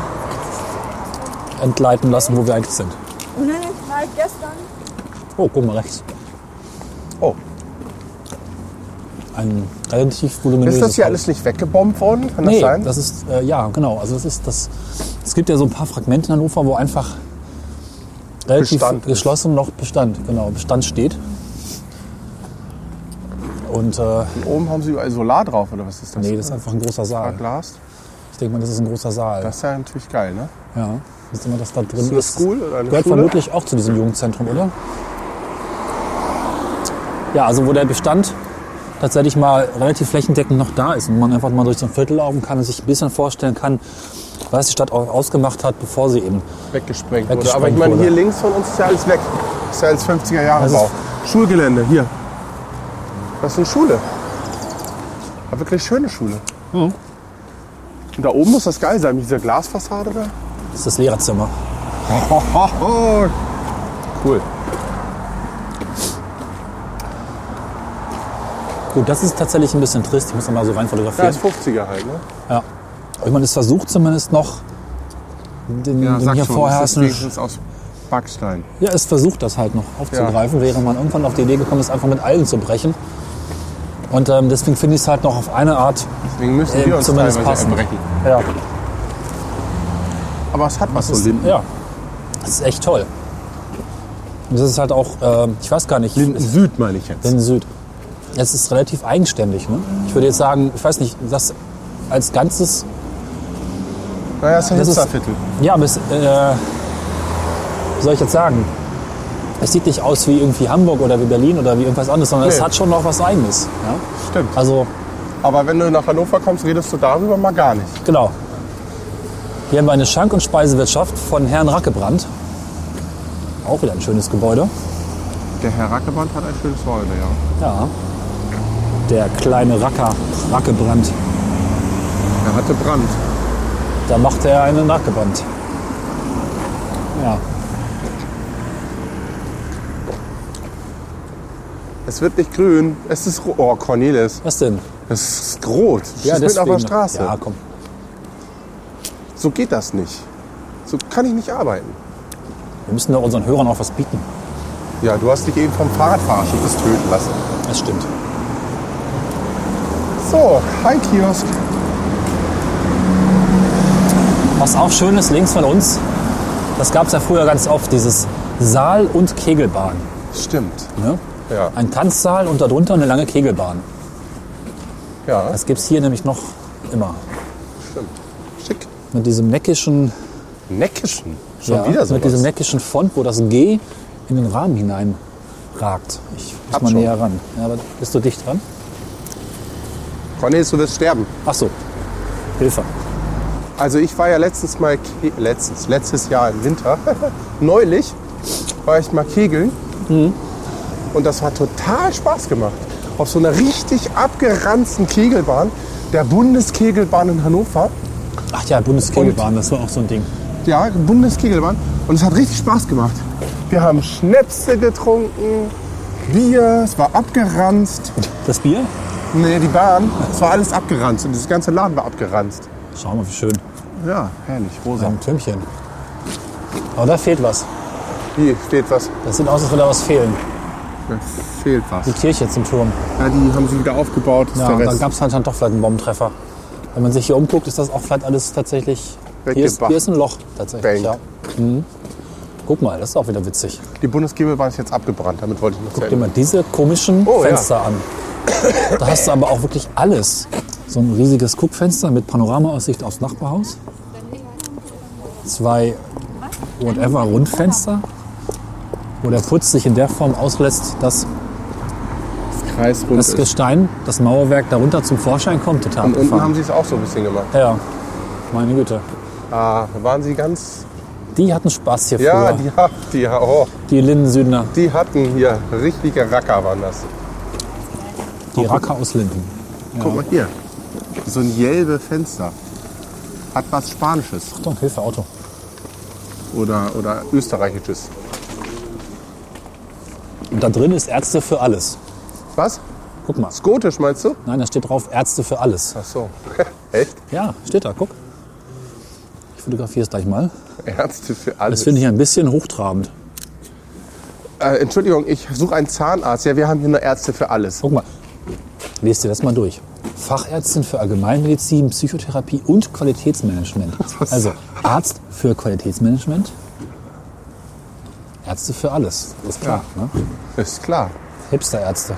entgleiten lassen, wo wir eigentlich sind. Mal gestern Oh, guck mal rechts. Oh, Ein relativ voluminöses Ist das hier Haus. alles nicht weggebombt worden? Kann das nee, sein? das ist, äh, ja, genau. Also das ist das, es gibt ja so ein paar Fragmente in Hannover, wo einfach relativ Bestand ist. geschlossen noch Bestand, genau, Bestand steht. Und äh, Oben haben sie überall Solar drauf, oder was ist das? nee, das ist einfach ein großer Saal. Verglast? Ich denke mal, das ist ein großer Saal. Das ist ja natürlich geil, ne? ja. Wisst ihr mal, dass da drin eine School oder eine Gehört Schule? vermutlich auch zu diesem Jugendzentrum, oder? Ja, also wo der Bestand tatsächlich mal relativ flächendeckend noch da ist und man einfach mal durch so ein Viertel laufen kann und sich ein bisschen vorstellen kann, was die Stadt auch ausgemacht hat, bevor sie eben Weggesprengt. wurde. wurde. Aber ich meine, wurde. hier links von uns ist ja alles weg. Das ist ja alles 50er Jahre Das ist- Bau. Schulgelände, hier. Das ist eine Schule. Eine wirklich schöne Schule. Hm. Und da oben muss das geil sein, mit dieser Glasfassade da. Das ist das Lehrerzimmer. oh. Cool. Gut, das ist tatsächlich ein bisschen trist. Ich muss da mal so rein Ja, fotografieren. ist 50er halt, ne? Ja. Aber ich meine, es versucht zumindest noch den, den hier das ist vorherrschenden. wenigstens aus Backstein. Ja, es versucht das halt noch aufzugreifen, während man irgendwann auf die Idee gekommen ist, einfach mit allen zu brechen. Und ähm, deswegen finde ich es halt noch auf eine Art Deswegen müssen äh, wir uns zumindest teilweise passend. erbrechen. Ja, Aber es hat was, das so Linden. ja, das ist echt toll. Und das ist halt auch, ähm, ich weiß gar nicht, Linden Süd meine ich jetzt. in Süd. Es ist relativ eigenständig. Ne? Ich würde jetzt sagen, ich weiß nicht, das als Ganzes Naja, das ist ein Das ist- Hipsterviertel. Ja, aber es, äh, wie soll ich jetzt sagen? Es sieht nicht aus wie irgendwie Hamburg oder wie Berlin oder wie irgendwas anderes, sondern es Nee. hat schon noch was Eigenes. Ja? Stimmt. Also, Aber wenn du nach Hannover kommst, redest du darüber mal gar nicht. genau. Hier haben wir eine Schank- und Speisewirtschaft von Herrn Rackebrand. Auch wieder ein schönes Gebäude. Der Herr Rackeband hat ein schönes Gebäude, ja. Ja. Der kleine Racker, Rackebrand. Er hatte Brand. Da macht er einen Rackebrand. Ja. Es wird nicht grün, es ist rot. Oh, Cornelis, Was denn? es ist rot. Schieß mit auf deswegen- der Straße. Ja, komm. So geht das nicht. So kann ich nicht arbeiten. Wir müssen doch unseren Hörern auch was bieten. Ja, du hast dich eben vom Fahrrad verarscht und bist töten lassen. Das stimmt. So, ein Kiosk. Was auch schön ist, links von uns, das gab es ja früher ganz oft, dieses Saal- und Kegelbahn. Stimmt. Ne? Ja. Ein Tanzsaal und darunter eine lange Kegelbahn. Ja, Das gibt es hier nämlich noch immer. stimmt. Schick. Mit diesem neckischen, Neckischen. Schon ja, wieder so. mit diesem neckischen Font, wo das G in den Rahmen hinein ragt. Ich muss Hab mal schon. näher ran. Ja, aber bist du dicht dran? Cornelis, du wirst sterben. Ach so, Hilfe. Also ich war ja letztens mal, ke- letztens, letztes Jahr im Winter, [laughs] neulich war ich mal kegeln Mhm. und das hat total Spaß gemacht. Auf so einer richtig abgeranzten Kegelbahn, der Bundeskegelbahn in Hannover. Ach ja, Bundeskegelbahn, das war auch so ein Ding. Ja, Bundeskegelbahn und es hat richtig Spaß gemacht. Wir haben Schnäpse getrunken, Bier, es war abgeranzt. Das Bier? Nee, die Bahn, es war alles abgeranzt und dieses ganze Laden war abgeranzt. Schau mal, wie schön. Ja, herrlich, So rosa. ein Türmchen. Aber da fehlt was. Hier steht was, Das sieht aus, als würde da was fehlen. da fehlt was. Die Kirche zum Turm. Ja, die haben sie wieder aufgebaut. ist Ja, der da Rest. gab es halt dann doch vielleicht einen Bombentreffer. Wenn man sich hier umguckt, ist das auch vielleicht alles tatsächlich. Hier ist, Weggebracht. hier ist ein Loch Bang. tatsächlich. Ja. Mhm. Guck mal, das ist auch wieder witzig. Die Bundesgeber ist jetzt abgebrannt, damit wollte ich noch Guck dir sagen. mal diese komischen Oh, ja. Fenster an. Da hast du aber auch wirklich alles. So ein riesiges Guckfenster mit Panoramaaussicht aufs Nachbarhaus. Zwei whatever Rundfenster, wo der Putz sich in der Form auslässt, dass Kreisrund das ist. Gestein, das Mauerwerk darunter zum Vorschein kommt. Total Und unten abgefahren. haben sie es auch so ein bisschen gemacht. Ja, meine Güte. Ah, da waren sie ganz. Die hatten Spaß hier Ja, früher. die, ha- die, ha- oh, Die Linden-Südner, die hatten hier richtige Racker waren das. die Racker aus Linden. Guck mal hier. So ein gelbe Fenster. Hat was Spanisches Achtung, Hilfe, Auto. oder, oder Österreichisches. Und da drin ist Ärzte für alles. Was? Guck mal. Skotisch meinst du? Nein, da steht drauf Ärzte für alles. Ach so. [laughs] Echt? Ja, steht da, guck. Ich fotografiere es gleich mal. Ärzte für Das alles. finde ich ein bisschen hochtrabend. Äh, Entschuldigung, ich suche einen Zahnarzt. Ja, wir haben hier nur Ärzte für alles. Guck mal, lest dir das mal durch. Fachärztin für Allgemeinmedizin, Psychotherapie und [laughs] Qualitätsmanagement. Also Arzt für Qualitätsmanagement, Ärzte für alles. Ist klar, ne? Ist klar. Hipsterärzte.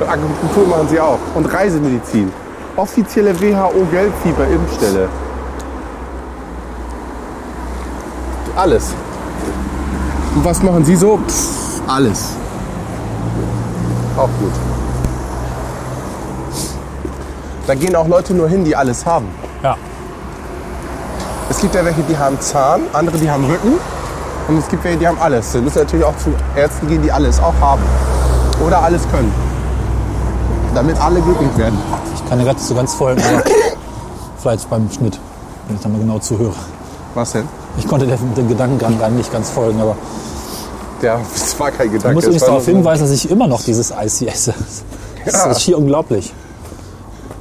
Akupunktur machen sie auch. Und Reisemedizin. Offizielle WHO-Gelbfieber-Impfstelle. Alles. Und was machen sie so? Pff, alles. Auch gut. Da gehen auch Leute nur hin, die alles haben. Ja, Es gibt ja welche, die haben Zahn, andere, die haben Rücken. Und es gibt welche, die haben alles. Sie müssen natürlich auch zu Ärzten gehen, die alles auch haben. Oder alles können. Damit alle glücklich werden. Ich kann dir gerade so ganz voll. vielleicht beim Schnitt, wenn ich da mal genau zuhöre. Was denn? Ich konnte dem, dem Gedankengang gar nicht ganz folgen, aber Ja, [laughs] das war kein ich Gedanke. muss das übrigens war nur darauf so- hinweisen, dass ich immer noch dieses Eis hier esse. Das Ja. [laughs] ist schier unglaublich.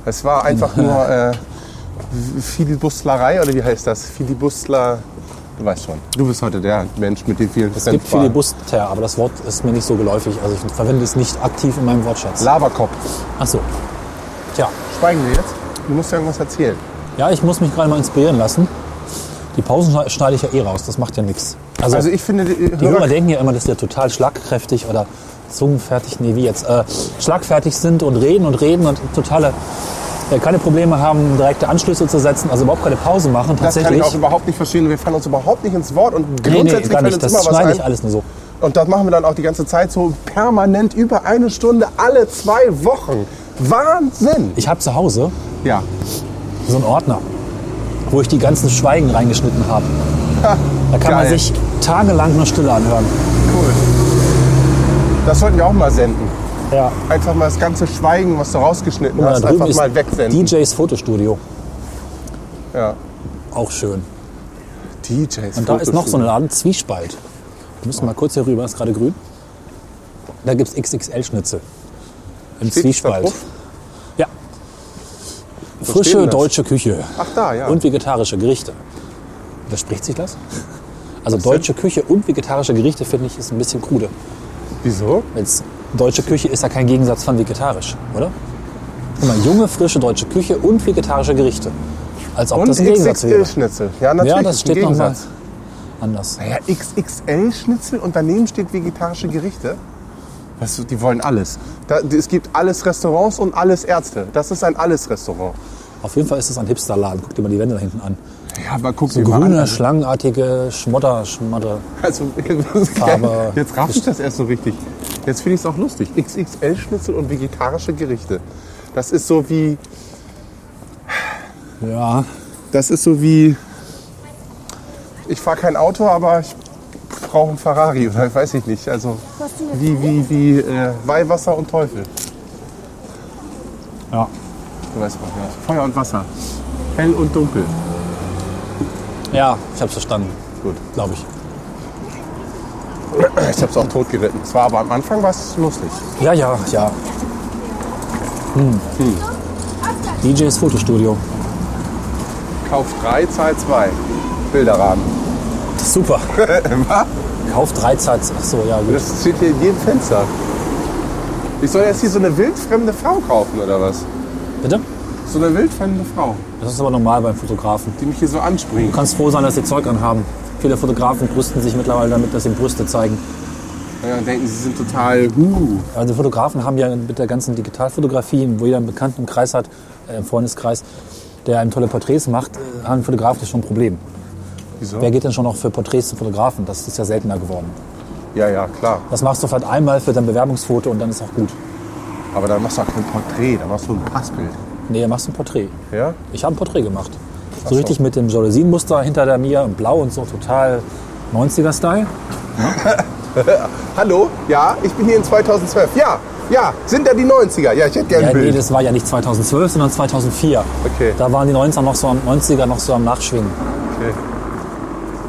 Es war einfach [laughs] nur äh, Filibustlerei, oder wie heißt das? Filibustler. Du weißt schon. Du bist heute der Mensch mit den vielen Es gibt viele Buster, aber das Wort ist mir nicht so geläufig. Also ich verwende es nicht aktiv in meinem Wortschatz. Laberkopf. Ach so. Tja, Schweigen wir jetzt? Du musst ja irgendwas erzählen. ja, ich muss mich gerade mal inspirieren lassen. Die Pausen schneide- schneide ich ja eh raus, das macht ja nichts. Also, Also ich finde, die, die Hörer denken ja immer, dass wir total schlagkräftig oder zungenfertig, nee, wie jetzt, äh, schlagfertig sind und reden und reden und totale, äh, keine Probleme haben, direkte Anschlüsse zu setzen, also überhaupt keine Pause machen. das kann Tatsächlich. ich auch überhaupt nicht verstehen. Wir fallen uns überhaupt nicht ins Wort und nee, nee, grundsätzlich gar fällt uns nicht. Das immer was schneide ich ein. alles nur so. Und das machen wir dann auch die ganze Zeit so permanent über eine Stunde alle zwei Wochen. Wahnsinn! Ich habe zu Hause Ja. so einen Ordner, wo ich die ganzen Schweigen reingeschnitten habe. Da kann man Geil. sich tagelang nur Stille anhören. Cool. Das sollten wir auch mal senden. Ja. Einfach mal das ganze Schweigen, was du rausgeschnitten hast, einfach mal wegsenden. DJs Fotostudio. Ja. Auch schön. DJs. Und da ist noch so ein Laden, Zwiespalt. Wir müssen mal kurz hier rüber, ist gerade grün. Da gibt es XXL-Schnitzel. Im Steht's da Zwiespalt. drauf? Ja. steht Frische denn das? deutsche Küche Ach da, ja. und vegetarische Gerichte. Widerspricht sich das? Also deutsche Küche und vegetarische Gerichte finde ich ist ein bisschen krude. Wieso? Jetzt, deutsche Küche ist ja kein Gegensatz von vegetarisch, oder? Immer junge, frische deutsche Küche und vegetarische Gerichte. Als ob Und das ein Gegensatz wäre. XXL-Schnitzel. Ja, natürlich. Ja, ist das ein steht nochmal Gegensatz. anders. Naja, XXL-Schnitzel und daneben steht vegetarische Gerichte. Weißt du, die wollen alles. Da, es gibt alles Restaurants und alles Ärzte. Das ist ein alles Restaurant. Auf jeden Fall ist es ein Hipsterladen. Guck dir mal die Wände da hinten an. Ja, aber guck So grüne, schlangenartige Schmotter, Schmotter. [laughs] Also, das ist Aber- geil. jetzt raff ich das erst so richtig. Jetzt finde ich es auch lustig. XXL-Schnitzel und vegetarische Gerichte. Das ist so wie. Ja, Das ist so wie. Ich fahre kein Auto, aber ich brauche einen Ferrari oder weiß ich nicht. Also wie, wie, wie äh, Weihwasser und Teufel. ja. Du weißt was, ja. Feuer und Wasser. Hell und dunkel. Ja, ich hab's verstanden. Gut. Glaube ich. Ich hab's auch tot geritten. Es war aber am Anfang was lustig. Ja, ja, ja. Hm. DJs Fotostudio. Kauf 3, Zahl 2. Bilderrahmen. Das ist super. Was? Kauf drei Zeits. Ach so, ja, gut. Das steht hier in jedem Fenster. Ich soll jetzt hier so eine wildfremde Frau kaufen oder was? Bitte? So eine wildfremde Frau, Das ist aber normal beim Fotografen. die mich hier so [laughs] Du anspringt. kannst froh sein, dass sie Zeug anhaben. Viele Fotografen brüsten sich mittlerweile damit, dass sie Brüste zeigen. Ja, und denken, sie sind total huh. Also Fotografen haben ja mit der ganzen Digitalfotografie, wo jeder einen bekannten Kreis hat, äh, einen Freundeskreis, der einem tolle Porträts macht, äh, haben Fotografen schon ein Problem. Wieso? Wer geht denn schon noch für Porträts zu Fotografen? Das ist ja seltener geworden. Ja, ja, klar. Das machst du vielleicht einmal für dein Bewerbungsfoto und dann ist auch gut. Aber dann machst du auch kein Porträt, dann machst du ein Passbild. Nee, machst ein Porträt. Ja? Ich habe ein Porträt gemacht. So richtig mit dem Jalousienmuster hinter der Mia und blau und so total 90er-Style. Hallo? Ja, ich bin hier in 2012. Ja, ja, sind da die 90er? Ja, ich hätte gerne Ja, ein nee, Bild. das war ja nicht 2012, sondern 2004. Okay. Da waren die 90er noch so am, 90er noch so am Nachschwingen. okay.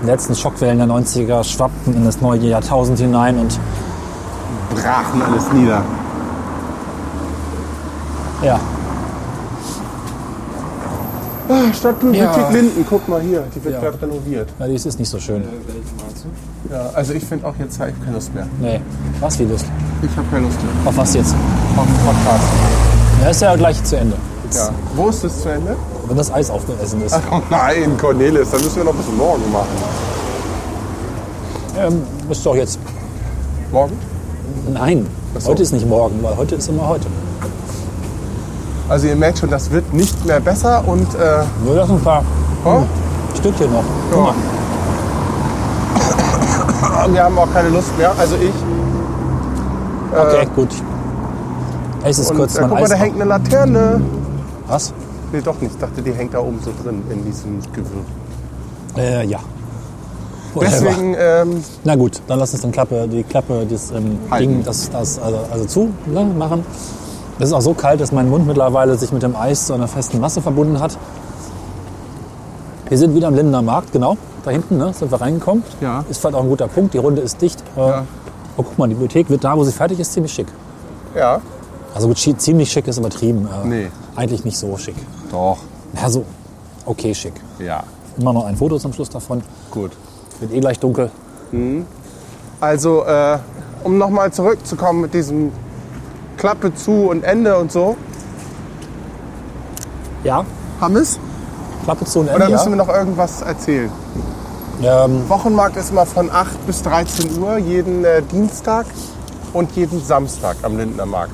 Die letzten Schockwellen der 90er schwappten in das neue Jahrtausend hinein und Brachen alles nieder. ja, Ah, Stadtbibliothek Ja. Linden, guck mal hier, die wird Ja. gerade renoviert. ja dies ist nicht so schön. Ja, also ich finde auch jetzt, ich habe keine Lust mehr. Nee, was wie Lust. Ich habe keine Lust mehr. Auf was jetzt? Auf den Podcast. Ja, ist ja gleich zu Ende. Ja. Wo ist es zu Ende? Wenn das Eis aufgeessen ist. Oh nein, Cornelis, dann müssen wir noch bis morgen machen. Ähm, ist doch jetzt. Morgen? Nein, so. heute ist nicht morgen, weil heute ist immer heute. Also ihr merkt schon, das wird nicht mehr besser und äh, Nur das ein paar oh, Stückchen noch. Guck mal. [coughs] wir haben auch keine Lust mehr. Also ich. Okay, gut. Es ist Äh. Und, kurz äh, mein guck mal, Eis. da hängt eine Laterne. Was? Nee, doch nicht. Ich dachte, die hängt da oben so drin in diesem Gewirr. Äh, ja. Whatever. Deswegen, ähm, Na gut, dann lass uns den Klappe, die Klappe, das ähm, Halten. Ding, das, das also, also zu ne, machen. Es ist auch so kalt, dass mein Mund mittlerweile sich mit dem Eis zu einer festen Masse verbunden hat. Wir sind wieder am Lindener Markt, genau. Da hinten ne, sind wir reingekommen. Ja. Ist vielleicht auch ein guter Punkt. Die Runde ist dicht. Äh, Ja. Oh, guck mal, die Bibliothek wird da, wo sie fertig ist, ziemlich schick. ja. Also gut, schi- ziemlich schick ist übertrieben. Äh, Nee. Eigentlich nicht so schick. Doch. Also, okay, schick. Ja. Immer noch ein Foto zum Schluss davon. Gut. Wird eh gleich dunkel. Also, äh, um nochmal zurückzukommen mit diesem Klappe zu und Ende und so. Ja, Haben wir's? Klappe zu und Ende. Oder müssen wir Ja. noch irgendwas erzählen? Ähm, Wochenmarkt ist immer von 8 bis 13 Uhr, jeden äh, Dienstag und jeden Samstag am Lindner Markt.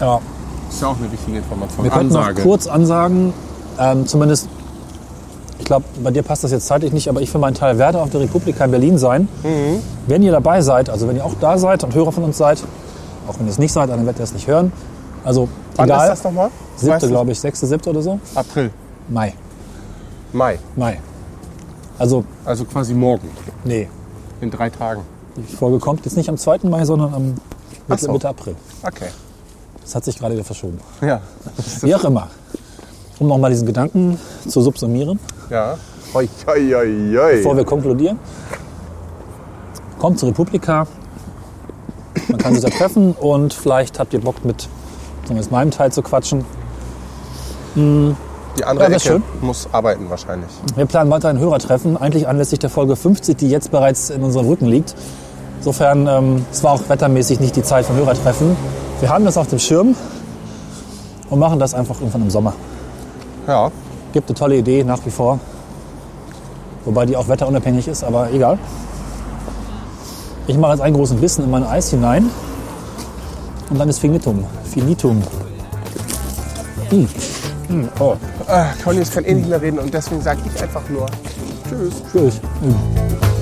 ja. Ist ja auch eine wichtige Information. Wir könnten noch kurz ansagen, ähm, zumindest, ich glaube, bei dir passt das jetzt zeitlich nicht, aber ich für meinen Teil werde auf der Republika in Berlin sein. Mhm. Wenn ihr dabei seid, also wenn ihr auch da seid und Hörer von uns seid, auch wenn ihr es nicht seid, dann werdet ihr es nicht hören. Also Wann egal, ist das nochmal? siebte, glaube ich, sechste, siebte oder so. ich. April, Mai, Mai. Mai. Also, Also quasi morgen. nee, In drei Tagen. die Folge kommt jetzt nicht am 2. Mai, sondern am Mitte, so. Mitte April. Okay. Das hat sich gerade wieder verschoben. Ja. Wie auch immer. Um nochmal diesen Gedanken zu subsumieren, Ja. Oi, oi, oi, oi. bevor wir konkludieren. Kommt zur Republika. Man kann sich da treffen und vielleicht habt ihr Bock mit zumindest meinem Teil zu quatschen. Die andere Ja, Ecke das ist muss arbeiten wahrscheinlich. Wir planen weiter ein Hörertreffen, eigentlich anlässlich der Folge 50, die jetzt bereits in unserem Rücken liegt. Insofern, ähm, es war auch wettermäßig nicht die Zeit von Hörertreffen. Wir haben das auf dem Schirm und machen das einfach irgendwann im Sommer. Ja. Gibt eine tolle Idee nach wie vor. Wobei die auch wetterunabhängig ist, aber egal. Ich mache jetzt einen großen Bissen in mein Eis hinein. Und dann ist Finitum. Finitum. Mm. Mm. Oh, Ah, Äh, Conny, ich kann eh nicht mehr reden und deswegen sage ich einfach nur Tschüss. tschüss. Mm.